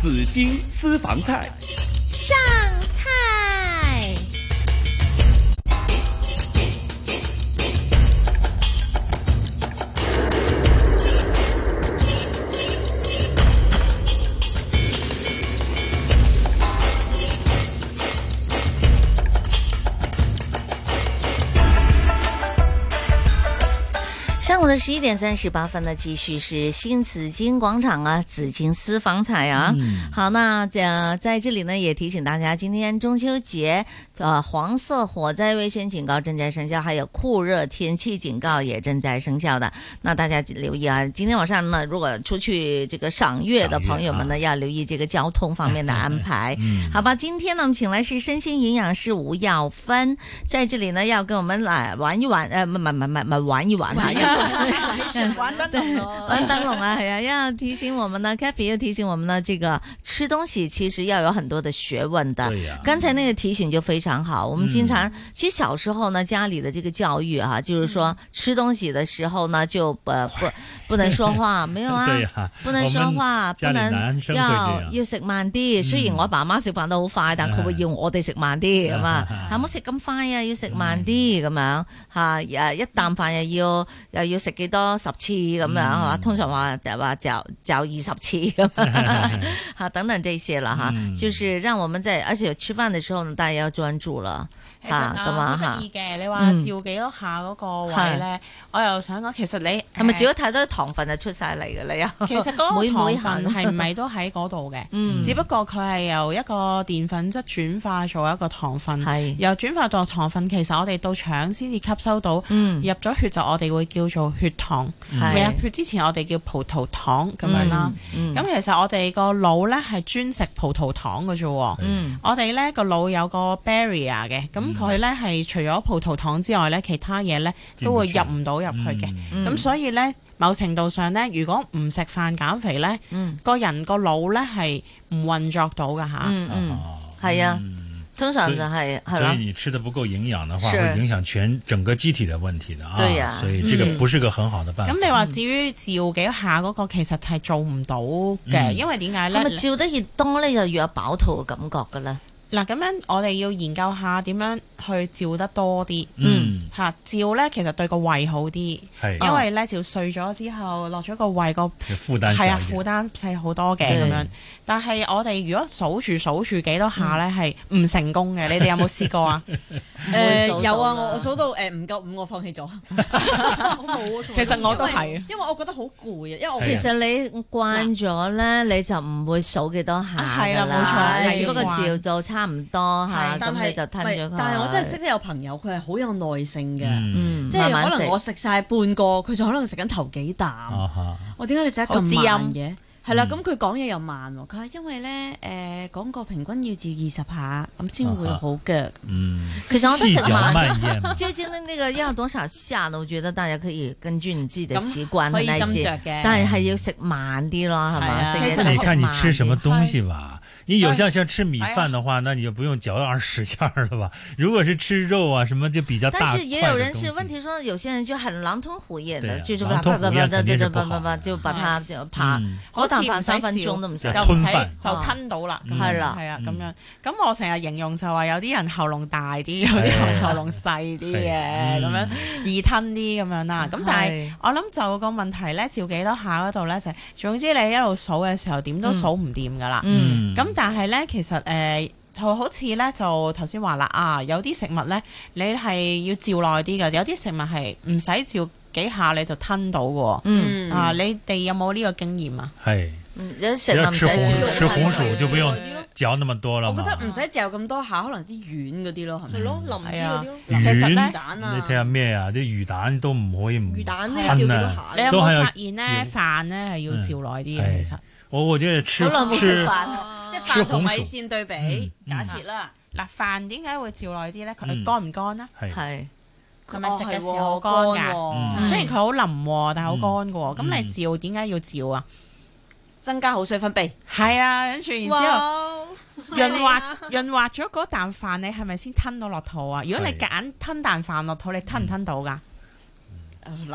紫金私房菜。上菜。上午的十一点三十八分呢，继续是新紫金广场啊，紫金私房菜啊。好，那呃，在这里呢也提醒大家，今天中秋节，呃，黄色火灾危险警告正在生效，还有酷热天气警告也正在生效的。那大家留意啊，今天晚上呢，如果出去这个赏月啊的朋友们呢，要留意这个交通方面的安排。好吧，今天呢，我们请来是身心营养师吴耀芬，在这里呢要跟我们来玩一玩，呃，唔唔唔唔唔玩一玩啊，要 是玩得懂咯。关灯笼啊，哎呀，要提醒我们呢 k a t h y 又提醒我们呢，这个吃东西其实要有很多的学问的。对呀刚才那个提醒就非常好，我们嗯经常、其实小时候呢，家里的这个教育啊，就是说吃东西的时候呢，就不不不 能说话，没有啊。对呀，不能说我話，们不家里能男生會這要樣要食慢嗯啲。雖然我爸媽食飯都好快，啊但佢會要我哋食慢啲咁啊，嚇唔好食咁快啊，要食慢啲嗯咁樣嚇。誒一啖飯又要又要食幾多十次咁樣係嗯嘛？通常話就話嚼嚼二十次咁 樣嚇，等等這些啦嗯嚇，就是讓我們在而且吃飯的時候呢，大家要專注啦其實嚇啊，咁好啊得意嚇。嘅。你話嗯照幾多下嗰個位咧？我又想講，其實你係咪煮咗太多糖分就出晒嚟㗎啦？又其實 嗰每個每糖行分係唔係都喺嗰度嘅？ 嗯只不過佢係由一個澱粉質轉化做一個糖分，係由轉化做糖分，其實我哋到腸先至吸收到，嗯入咗血就我哋會叫做血糖，係未入血之前我哋叫葡萄糖咁樣啦。嗯咁其實我哋個腦咧係專食葡萄糖嘅啫喎。嗯我哋咧個腦有個 barrier 嘅，咁佢咧係除咗葡萄糖之外咧，其他嘢咧都會入唔到入去嘅。咁、嗯所以咧，某程度上咧，如果唔食飯減肥咧，嗯個人個腦咧係唔運作到㗎吓。嗯嗯。係啊，通常就係係嗯所以啦，你吃的不够营养的话，是会影响全整个机体的问题的啊。对呀所以这个嗯不是个很好的办法。咁你話至於照幾下嗰個，其實係做唔到嘅，嗯因為點解咧係？咪啊照得越多咧，就越有飽肚嘅感覺噶啦？嗱，咁樣我哋要研究下點樣去照得多啲嗯，嚇，照咧其實對個胃好啲，系因為咧照碎咗之後落咗個胃個。负担哎係啊小，一負点。擔細好多嘅對咁樣。但係我哋如果數住數住幾多嗯下咧，係唔成功 嘅。你哋有冇試過啊？會誒數到有啊，啦我我數到誒唔夠五，我放棄咗。啊其啊實我都係。因為我覺得好攰啊，因為我係其實你慣咗咧，你就唔會數幾多下啊係㗎啦啦。冇錯你只不過係照到差唔多下，但啊咁係你就吞咗唔佢係。但係我真係識得有朋友，佢係好有耐性嘅，嗯，嗯，即係慢慢可食能我食晒半個，佢就可能食緊頭幾啖。啊哈，我點解你食得好滋咁慢嘅？係啦，嗯咁佢講嘢又慢喎。佢話因為咧誒講個平均要照二十下，咁先啊會好嘅。嗯，其實我覺细得食 嚼慢。慢咽嘛。究竟那個要多少下呢？我覺得大家可以根據你自己的咁習慣可以來斟寫酌嘅但係係要食慢啲咯，係係嘛？哎啊食其嘢實都那你食看你慢吃什啲么东西吧。你有像像吃米饭的话，那你就不用嚼二十下了吧？如果是吃肉啊什么，就比较大但块是的也有人东是西问题说，有些人就很狼吞虎咽对的，啊就是狼叭叭吞叭虎叭咽对肯定对是对不叭叭好叭的就把它就扒嗯，嗰啖好似飯唔使三分嚼鐘都唔使就。就唔吞使飯就吞到啦，咁嗯係啦係啊，咁樣嗯。咁我成日形容就話有啲人喉嚨大啲，有啲人係啊喉嚨細啲係嘅，嗯咁樣易吞啲咁樣啦。咁但係係我諗就個問題咧，照幾多下嗰度咧，就係總之你一路數嘅時候點都數唔掂㗎啦。嗯咁但係咧，其實誒、呃就好似咧，就頭先話啦啊，有啲食物咧，你係要照耐啲嘅，有啲食物係唔使照幾下你就吞到嘅喎。嗯，啊，你哋有冇呢個經驗啊？系，嗯有啲食只物要唔吃使红煮吃肉係红薯啊就不用啲咯嚼那么多了我嘛覺。得唔使嚼咁多下，可能啲軟嗰啲咯，係咪係？咯，淋啲啊啊嗰啲咯，其實魚咧魚，蛋你睇啊，下咩啊？啲魚蛋都唔可以唔魚蛋呢吞照幾多啊你下？有都係冇有發現咧照飯咧係要照耐啲嗯嘅？其實我我觉得吃好耐冇食吃飯即係吃飯紅同米薯線對比，嗯假設啦。嗱飯點解會照耐啲咧？嗯佢乾唔乾啊咧？系係佢咪食嘅時候哦係乾喎乾㗎？喎嗯雖然佢好腍喎，但係好乾嘅喎。嗯咁你照點解要照啊？增加口水分泌。係啊，跟住然之後。哦哇，潤滑潤滑咗嗰啖飯，你係咪先吞到落肚啊？如果你係揀吞啖飯落肚，你吞唔吞到㗎？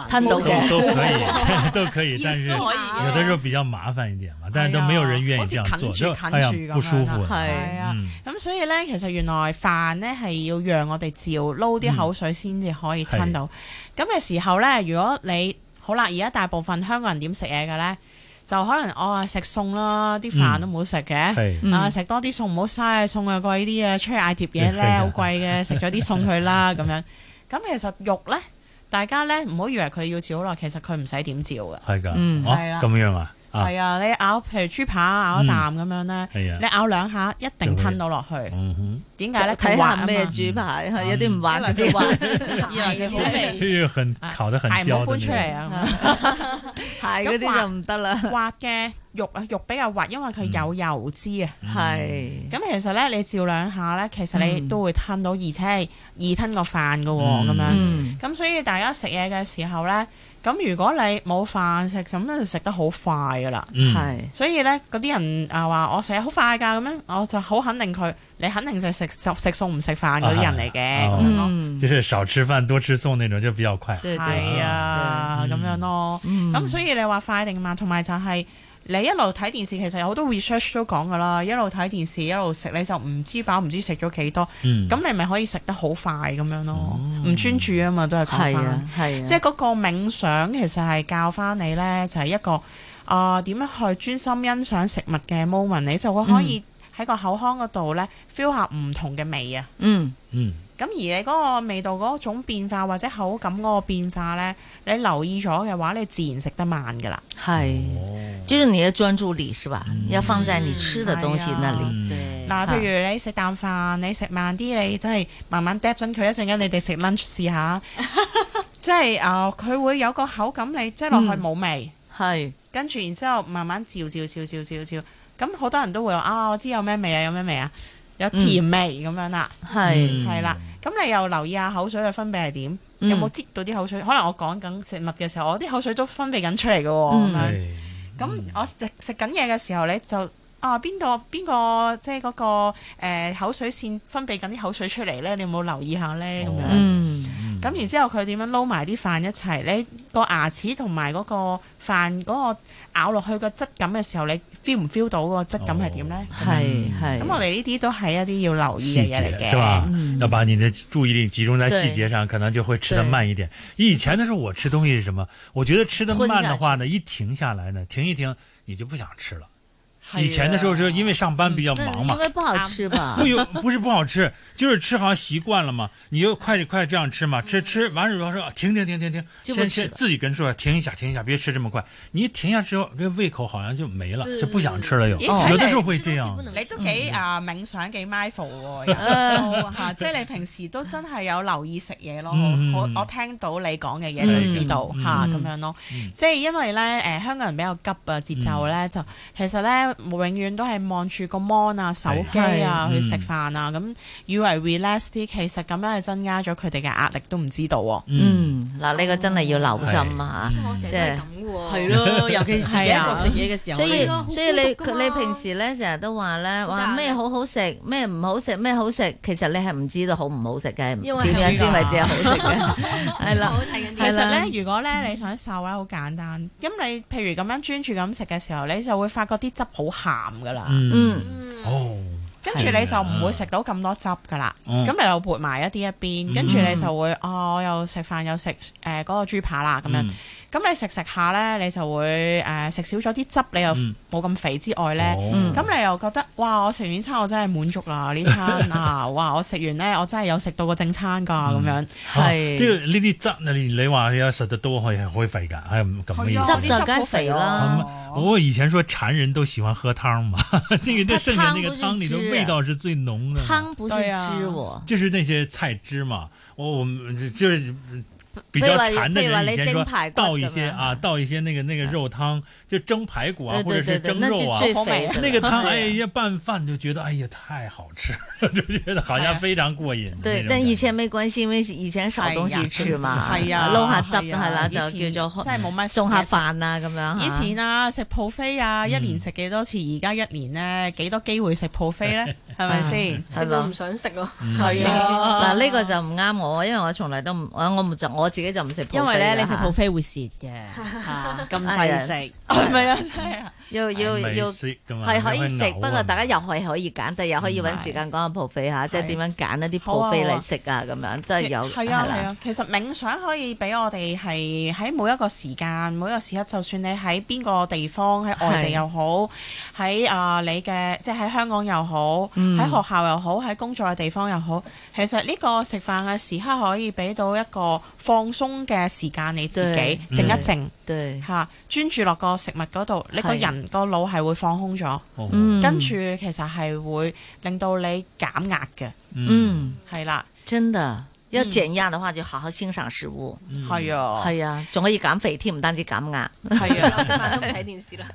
吞到 都嘅都可以， 都可以，意但是思可以嘅有的时候比较麻烦一点嘛，但是都没有人愿意这样做，啊哎好似就近住哎呀近住咁樣啦啊不舒服。係係啊。嗯，咁所以咧，其實原來飯咧係要讓我哋照撈啲口水先至可以吞到。咁嘅、時候咧，如果你好啦，而家大部分香港人點食嘢嘅咧，就可能我啊食餸啦，啲飯都唔好食嘅。係嗯啊！食多啲餸唔好嘥，餸又貴啲啊！出去嗌碟 嘢係咧啊好貴嘅，食咗啲餸佢啦咁樣。咁其實肉咧，大家咧唔好以為佢要照好耐，其實佢唔使點照嘅。係㗎，嗯哦係啦咁樣啊，啊係啊，你咬譬如豬扒咬嗯一啖咁樣咧，係你啊，咬兩下一定吞到落去。嗯哼，點解咧？睇佢滑啊下嘛咩豬排，有啲唔滑嗰因為佢滑啲，二來佢好味这是哎很烤得很係哎唔好焦的那搬出種。嚟啊！ 鞋嗰啲就唔得啦，滑嘅肉啊，肉比較滑，因為佢嗯有油脂啊。嗯係咁其實咧，你照兩下咧，其實你嗯都會吞到，而且係易吞過飯噶嗯喎，咁樣。嗯咁所以大家食嘢嘅時候咧，咁如果你冇飯食，咁就食得好快噶啦。嗯，係所以咧，嗰啲人啊話我食嘢好快㗎，咁樣我就好肯定佢，你肯定就係食食食餸唔食飯嗰啲人嚟嘅啊咁樣咯。嗯就，是少吃飯多吃餸那種就比較快。對對係啊，對咁樣咯。嗯咁所以你話快定慢，同埋就係你一路睇電視，其實有好多 research 都講噶啦，一路睇電視一路食，你就唔知飽，唔知食咗幾多，嗯，咁你咪可以食得好快咁樣咯，唔專注啊嘛，都係講係啊翻，係啊，即係嗰個冥想其實係教翻你呢，就係一個啊點、樣去專心欣賞食物嘅 moment，你就會可以喺個口腔嗰度呢 feel 下唔同嘅味啊。嗯嗯咁而你嗰個味道嗰種變化或者口感嗰個變化呢，你留意咗嘅話，你自然食得慢噶啦。係。哦，就是你的专注力是吧？要放在你吃的东西那里。嗯對嗱，譬如你食啖飯，你食慢啲，你真係慢慢嗒真佢一陣間，你哋食 lunch 試下，即係啊，佢、會有個口感，你即係落去冇味，係跟住然之後慢慢照照照照照照，咁好多人都會話啊，我知有咩味啊，有咩味啊，有甜味咁、樣啦，係嗯係啦，咁你又留意下口水嘅分泌係點，嗯有冇擠到啲口水？可能我講緊食物嘅時候，我啲口水都分泌緊出嚟嘅喎，嗯咁樣。係咁我食食緊嘢嘅時候咧，就啊邊個邊個即係嗰個、呃、口水腺分泌緊啲口水出嚟咧？你有冇留意下咧？咁哦樣嗯嗯咁然之後佢點樣撈埋啲飯一齊咧？個牙齒同埋嗰個飯嗰個咬落去個質感嘅時候，你 feel 唔 feel 到個質感係點咧？係係。哦咁我哋呢啲都係一啲要留意细嘅嘢节嚟嘅，是吧？嗯要把你的注意力集中在对细节上，可能就会吃的对慢一点。以前的时候，我吃东西是什么？我觉得吃的吞慢下的去话呢，一停下来呢，停一停，你就不想吃了。係哎啊以前的时候是因为上班比较那忙嘛因，嗯为不好吃吧不？有不是不好吃，就是吃好像习惯了嘛，你就快点快点这样吃嘛，吃吃完了以后说啊停停停停停，就不先吃先了自己跟说停一下停一下，别吃这么快，你一停下之后，这胃口好像就没了，就不想吃了又，对对对有的时候会吃这东西样不，能你吃都幾啊冥想幾 mindful 喎， 有時都嚇，即係你平時都真係有留意食嘢咯。嗯我我聽到你講嘅嘢就知道嗯嚇咁嗯樣咯嗯。即係因為咧誒香港人比較急啊節奏咧，就其實咧永遠都係望住個 mon 啊、手機啊係去嗯食飯啊，咁以為 relax 啲，其實咁樣係增加咗佢哋嘅壓力都唔知道喎。嗯，嗱，呢個真係要留心哎啊！我成日都係咁嘅 喎。係咯，尤其是自己一個食嘢嘅時候，所以係啊好所以你孤獨㗎嘛你平時咧成日都話咧，好大啊話壓力咩好好食，咩唔好食，咩好食，其實你係唔知道好唔好食嘅，因啊點為係樣先為之係好食 嘅，係啦，我睇緊其啲係實啦咧，如果咧你想瘦咧，好簡單，因為你譬如咁樣專注咁食嘅時候，你就會發覺啲汁好鹹噶啦。嗯，嗯哦，跟住你就唔會食到咁多汁噶啦，嗯咁你又撥埋一啲一邊，跟住你就會哦，我又食飯又食誒嗰個豬扒啦咁樣，嗯咁你食食下呢，你就會誒食少咗啲汁，你又嗯冇咁肥之外呢，哦咁你又覺得哇，我食完餐我真係滿足啦，呢餐啊，哇，我食完呢，我真係有食到個正餐㗎咁樣， 係啊即係呢啲汁，你你話有食得多係係會肥㗎，係咁嘅意汁思。就梗係肥啦。我以前說馋人都喜歡喝湯嘛，那个它那剩下那汤个不是汤里的汁味道是最浓的嘛。湯不是對啊汁喎，就是那些菜汁嘛，我我们就是比譬较如話馋的譬如話人以你前说蒸排骨倒一咁些樣啊，倒一些那个那个肉汤，就蒸排骨啊，對或者對對是對，蒸那肉就啊，最好肥美的啦那个汤哎對呀拌饭就觉得哎呀太好吃了，就觉得好像非常过瘾的那對种，感但以覺。前沒關係，因為以前少東哎西吃嘛，係啊，撈下汁係啊係啦，以就前叫做真係冇乜送下嘢食飯啊咁樣。以前啊，食 b 飛啊，一嗯年食幾多次？而家一年咧，幾多機會食 b 飛咧？係咪先？食到唔想食咯。係啊，嗱呢個就唔啱我，因為我從來都唔，我我唔就我我自己就唔食啊 buffet 因為咧㗎你食嚇 buffet 會蝕嘅，嚇咁細食，係咪啊？真係啊！要要美要式㗎哎嘛，係可以食，有不啲牛啊過大家又係可以揀，但又可以揾時間講下 buffet 嚇，即係點樣揀一啲好 buffet 啊好啊嚟食啊咁樣，即係有係啊係啦係啊，其實冥想可以俾我哋係喺每一個時間、每一個時刻，就算你喺邊個地方，喺外係地又好，喺啊、你嘅即係喺香港又好，喺、嗯學校又好，喺工作嘅地方又好，其實呢個食飯嘅時刻可以俾到一個放鬆嘅時間你自己對靜一嗯靜對，嚇，專注落個食物嗰度，你個係人個腦係會放空咗，哦嗯跟住其實係會令到你減壓嘅，嗯嗯，係啦，真的嗯要減壓的話，就好好欣賞食物，嗯係啊，係啊，仲可以減肥添，唔單止減壓，係啊。今晚都唔睇電視啦。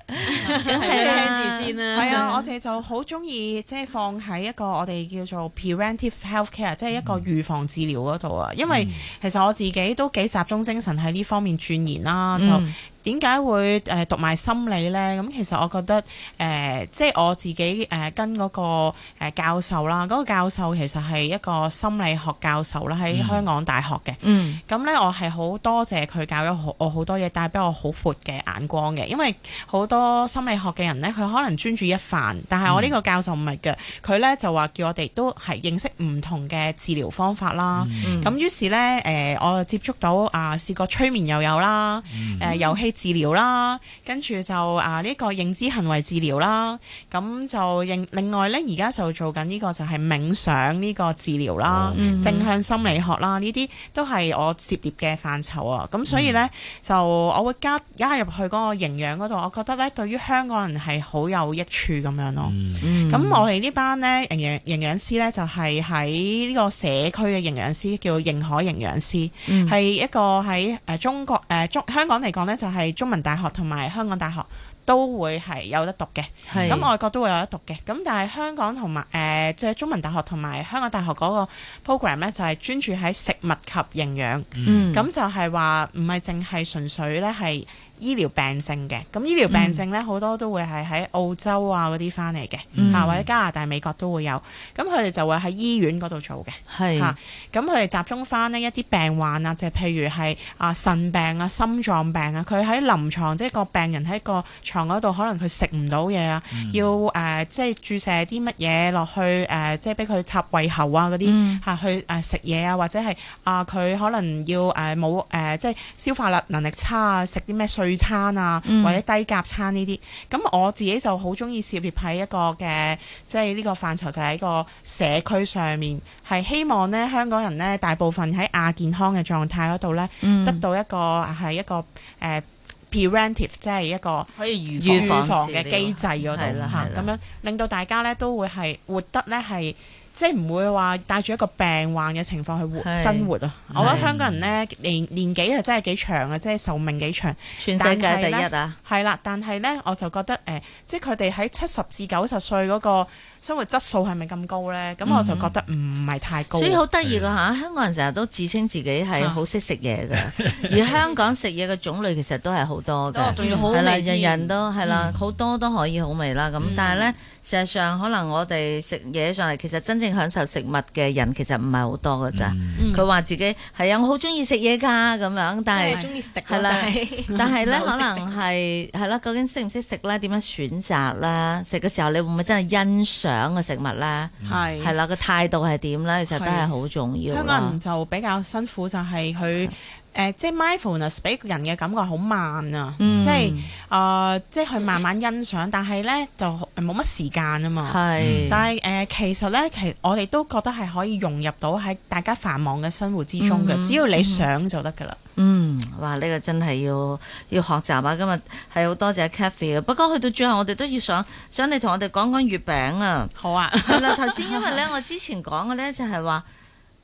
梗係啦聽住先啦。 係啊，我哋就好中意即係放喺一個我哋叫做 preventive healthcare，即係一個預防治療嗰度啊。因為其實我自己都幾集中精神喺呢方面鑽研啦。就嗯點解會誒讀埋心理呢？咁其實我覺得誒、呃即係我自己誒、呃跟嗰、個、呃、教授啦，嗰、個教授其實係一個心理學教授啦，喺嗯香港大學嘅。嗯咁咧，我係好多謝佢教咗好我好多嘢，帶俾我好闊嘅眼光嘅。因為好多心理學嘅人咧，佢可能專注一範，但係我呢個教授唔係嘅，佢咧就話叫我哋都係認識唔同嘅治療方法啦。嗯，咁、於是咧，誒、我接觸到啊，試過催眠又有啦，誒、遊戲治療啦，跟住就啊呢、個認知行為治療啦，咁就另另外咧，而家就做緊呢個就係冥想呢個治療啦。哦嗯正向心理學啦，呢啲都係我涉獵嘅範疇啊。咁所以呢，就我會加加入去嗰個營養嗰度，我覺得呢對於香港人係好有益處咁樣咯。嗯嗯咁、我哋呢班呢營養營養師呢，就係喺呢個社區嘅營養師叫認可營養師，嗯係、一個喺誒、呃中國誒、呃中香港嚟講呢，就係、中文大學同埋香港大學都會係有得讀嘅。係咁外國都會有得讀嘅，咁但係香港同埋誒即係中文大學同埋香港大學嗰個 program 咧，就係、專注喺食物及營養，咁、嗯就係話唔係淨係純粹咧係醫療病症嘅，咁醫療病症咧好多都會係喺澳洲啊嗰啲翻嚟嘅，嚇、啊嗯或者加拿大、美國都會有，咁佢哋就會喺醫院嗰度做嘅。係嚇咁佢哋集中翻呢一啲病患啊，就係譬如係啊腎病啊、心臟病啊，佢喺臨床即係個病人喺個床嗰度，可能佢食唔到嘢啊，嗯要誒、呃即係注射啲乜嘢落去誒、呃即係俾佢插胃喉啊嗰嗯啲嚇去誒食嘢啊，或者係啊佢可能要誒冇誒即係消化力能力差啊，食啲咩碎餐啊、嗯或者低鈉餐呢啲。咁我自己就好中意涉獵喺一個嘅即係呢個範疇，就喺個社區上面，係希望咧香港人咧大部分喺亞健康嘅狀態嗰度咧，嗯得到一個係一個誒、呃 preventive，即係一個可以預預防。防預防嘅機制嗰係啦度嚇係，啦咁樣令到大家咧都會係活得咧係。即係唔會話帶住一個病患嘅情況去活係生活啊！我覺得香港人咧年年紀係真係幾長啊嘅，即係壽命幾長。全世界但第係一呢啊，係啦，但係呢，我就覺得誒、呃即係佢哋喺七十至九十歲嗰個生活質素係咪咁高呢？咁我就覺得唔係太嗯高。嗯啊所以好得意噶嚇，香港人成日都自稱自己係好識食嘢嘅， 而香港食嘢嘅種類其實都係好多嘅哦，仲要好係啦，味添人人都係嗯啦，好多都可以好味啦。咁但係咧，事實上可能我哋食嘢上嚟，其實真正享受食物嘅人其實唔係好多㗎咋。佢話自己係啊，我好中意食嘢㗎咁樣，但係真係中意食係咯，啦但 係但係咧，唔係可好識食能係係啦，究竟識唔識食咧？點樣選擇啦？食嘅時候你會唔會真係欣賞個食物咧？係係啦，個態度係點咧？其實都係好重要啦。啊香港人就比較辛苦，就係佢誒即係 mindfulness 俾人嘅感覺好慢啊，嗯即係啊、呃即係佢慢慢欣賞，但係呢就冇乜時間啊嘛。係，但係誒、呃其實咧，其我哋都覺得係可以融入到喺大家繁忙嘅生活之中嘅，嗯只要你想就得㗎啦。嗯，哇！呢、個真係要要學習啊！今日係好多謝 Cathy 嘅，不過去到最後我哋都要想想你同我哋講講月餅啊。好啊，係啦，頭先因為 咧，我之前講嘅咧就係話，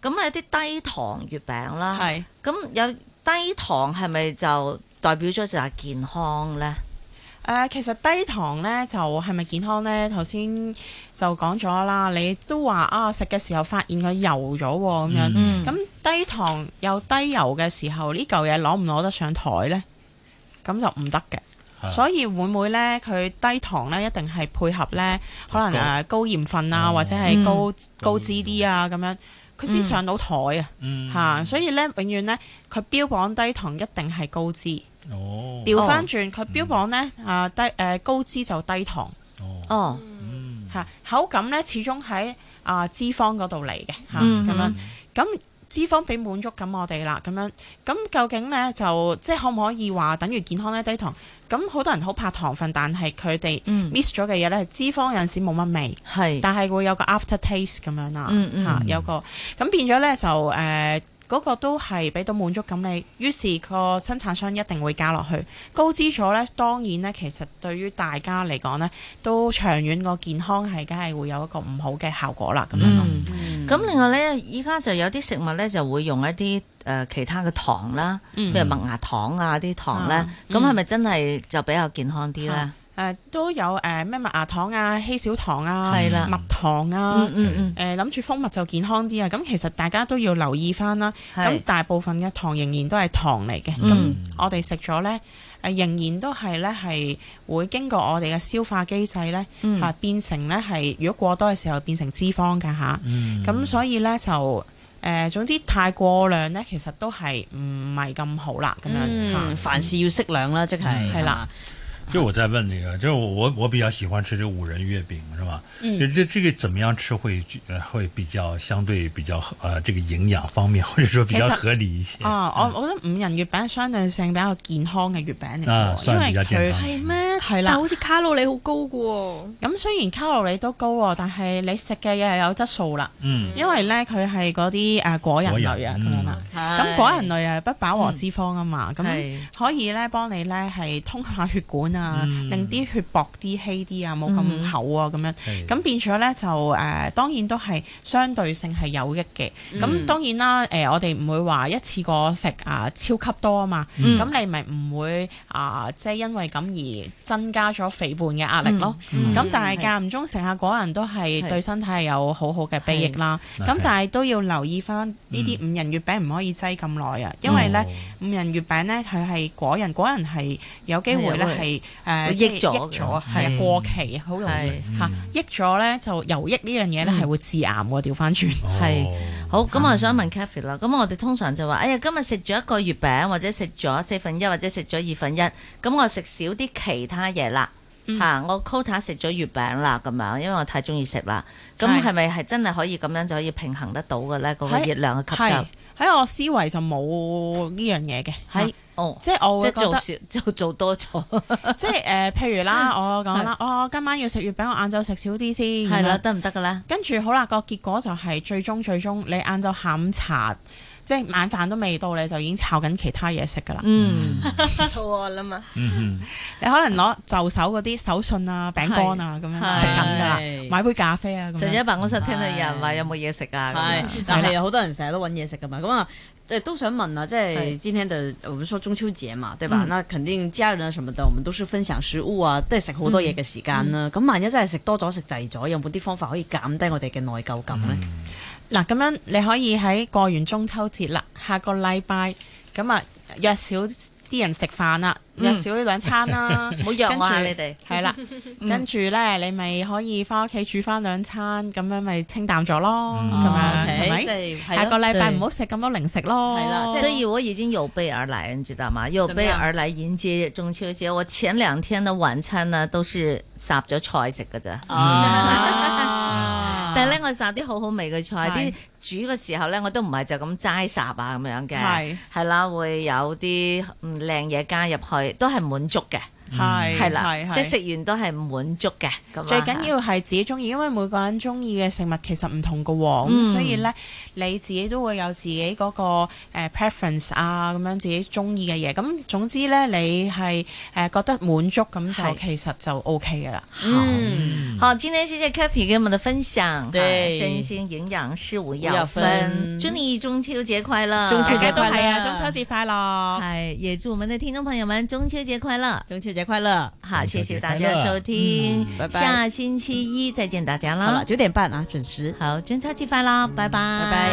咁啊有啲低糖月餅啦， 係。咁有低糖係咪就代表咗就係健康咧？誒、呃其實低糖呢，就係咪健康呢？頭先就講咗啦，你都話啊，食嘅時候發現佢油咗喎咁樣。嗯咁、低糖又低油嘅時候，呢嚿嘢攞唔攞得上台呢？咁就唔得嘅。係所以會唔會呢？佢低糖呢，一定係配合呢，可能誒高鹽分啊，哦或者係高、嗯高脂啲啊咁樣。佢先上到台啊嗯，吓，所以咧永遠咧佢標榜低糖一定係高脂，哦，嗯調翻轉佢標榜咧啊低誒高脂就低糖。哦，哦，嗯，嚇口感咧，始終喺啊、脂肪嗰度嚟嘅嚇嗯咁樣。咁脂肪俾滿足感我哋啦，咁樣咁究竟咧就即係可唔可以話等於健康咧低糖？咁好多人好怕糖分，但係佢哋嗯， miss 咗嘅嘢咧，脂肪有陣時冇乜味，係，但係會有個 after taste 咁樣啦，嚇、嗯嗯有個咁變咗咧就誒。呃嗰個都係俾到滿足感你，於是個生產商一定會加落去。高脂咗呢，當然呢，其實對於大家嚟講呢，都長遠個健康係梗係會有一個唔好嘅效果啦。咁樣咯，嗯。咁另外咧，依家就有啲食物咧就會用一啲誒、呃其他嘅糖啦，譬嗯如麥芽糖啊啲糖咧啊，咁嗯係咪真係就比較健康啲咧啊？誒都有誒咩麥芽糖啊、稀少糖啊、係啦蜜糖啊嗯，嗯嗯，誒諗住蜂蜜就健康啲啊。咁其實大家都要留意翻啦。咁係，大部分嘅糖仍然都係糖嚟嘅，咁嗯我哋食咗呢，誒仍然都係呢，係會經過我哋嘅消化機制呢，嗯嚇、變成呢係如果過多嘅時候變成脂肪㗎嚇，嗯，咁、所以呢，就誒、呃、總之太過量呢，其實都係唔係咁好啦咁樣嚇，嗯，凡事要適量啦，即嗯係係啦，就我再问那个，就是我我我比较喜欢吃这五仁月饼，是吧？嗯就这这个怎么样吃会呃会比较相对比较呃这个营养方面或者说比较其实合理一些啊，我我覺得五仁月餅相對性比較健康嘅月餅嚟啊，嘅，因算比較為健佢康。係咩？係啦但好似卡路里好高嘅喎。咁雖然卡路里都高喎，但係你食嘅嘢係有質素啦，嗯，因為呢，佢係嗰啲誒果仁果仁嗯類啊咁樣啦。咁咁果仁類啊，不飽和脂肪啊嘛，咁、嗯係可以咧幫你咧係通下血管啊，嗯令啲血薄啲、稀啲啊，冇嗯咁厚啊咁樣。係咁變咗咧就誒、呃，當然都係相對性係有益嘅。咁、嗯當然啦，誒、我哋唔會話一次過食啊、超級多啊嘛。嗯咁、你咪唔會啊、即係因為咁而增加咗肥胖嘅壓力咯。嗯咁、但係間唔中食下果仁都係係對身體係有好好嘅裨益啦。係咁但係都要留意翻呢啲五仁月餅唔可以擠咁耐啊，因為咧。五仁月餅咧，佢係果仁，果仁係有機會咧係係誒會益咗即係嘅益咗啊，係係啊過期啊好容易係嚇益咗咧就油益呢樣嘢咧係會致癌喎，調翻哦轉。係好，咁我想問 Cathy 啦。咁我哋通常就話，哎呀，今日食咗一個月餅，或者食咗四分一，或者食咗二分一，咁我食少啲其他嘢啦。吓、嗯我 quota 食咗月餅啦，咁樣，因為我太中意食啦。咁係係咪係真係可以咁樣就可以平衡得到嘅咧？嗰、個係熱量嘅吸收係喺我思維就冇呢樣嘢嘅，係嚇哦，即係即我會係覺做得少 就做多咗， 即係誒，譬如啦，我講啦，我今晚要食月餅，我晏晝食少啲先。 係啦，咁樣，得唔得嘅咧？跟住好啦，個結果就係最終最終你晏晝下午茶，即係晚飯都未到，你就已經炒緊其他嘢食㗎啦。嗯，肚餓啦嘛，嗯嗯你可能攞就手嗰啲手信啊、餅乾啊咁樣係食緊㗎啦係，買杯咖啡啊 咁上次喺樣。辦公室聽到有人話有冇嘢食啊？咁樣系，但係有好多人成日都揾嘢食噶嘛，咁啊。呃都想問啊，即係係今天的我們說中秋節嘛，對吧？嗯那肯定家人啊什麼的，我們都是分享食物啊，都係食好多嘢嘅時間啦。咁、萬一真係食多咗食滯咗，有冇啲方法可以減低我哋嘅內疚感呢？嗱咁樣你可以喺過完中秋節啦，下個禮拜咁啊約少啲人食飯啦，嗯約少兩餐啦，唔好約我啊！跟住你哋係啦，跟住咧你咪可以翻屋企煮翻兩餐，咁樣咪清淡咗咯，嗯咁樣哦，OK，係咪？即係係下個咯禮拜對唔好食咁多零食咯，係啦即所以我已经有备而来，你知道吗？有怎么备样而来迎接中秋节。我前两天的晚餐呢，都是烚咗菜食嘅咋。啊但系咧，我烚啲好好味嘅菜，係啲煮嘅時候咧，我都唔係就咁齋烚啊咁樣嘅，係係啦，會有啲嗯靚嘢加入去，都係滿足嘅，係係啦，係即係係食完都係滿足嘅，咁啊最緊要係自己中意，因為每個人中意嘅食物其實唔同嘅喎、咁、嗯所以呢，你自己都會有自己嗰、個、呃、preference 啊，咁樣自己中意嘅嘢。咁總之呢，你係誒、呃、覺得滿足咁就係其實就 OK 嘅啦。嗯，好，今天谢谢 Kathy 给我们的分享，对啊身心营养是五五要要分，分祝你中秋节快乐，中秋大节家快都樂係啊，中秋節快樂！嗨，也祝我们的听众朋友们中秋节快乐！中秋節快樂！好，中谢秋节谢大快家乐收听，拜拜下星期一再见大家好啦，啦！九點半啊，準時。好，中秋节快乐，拜拜，拜拜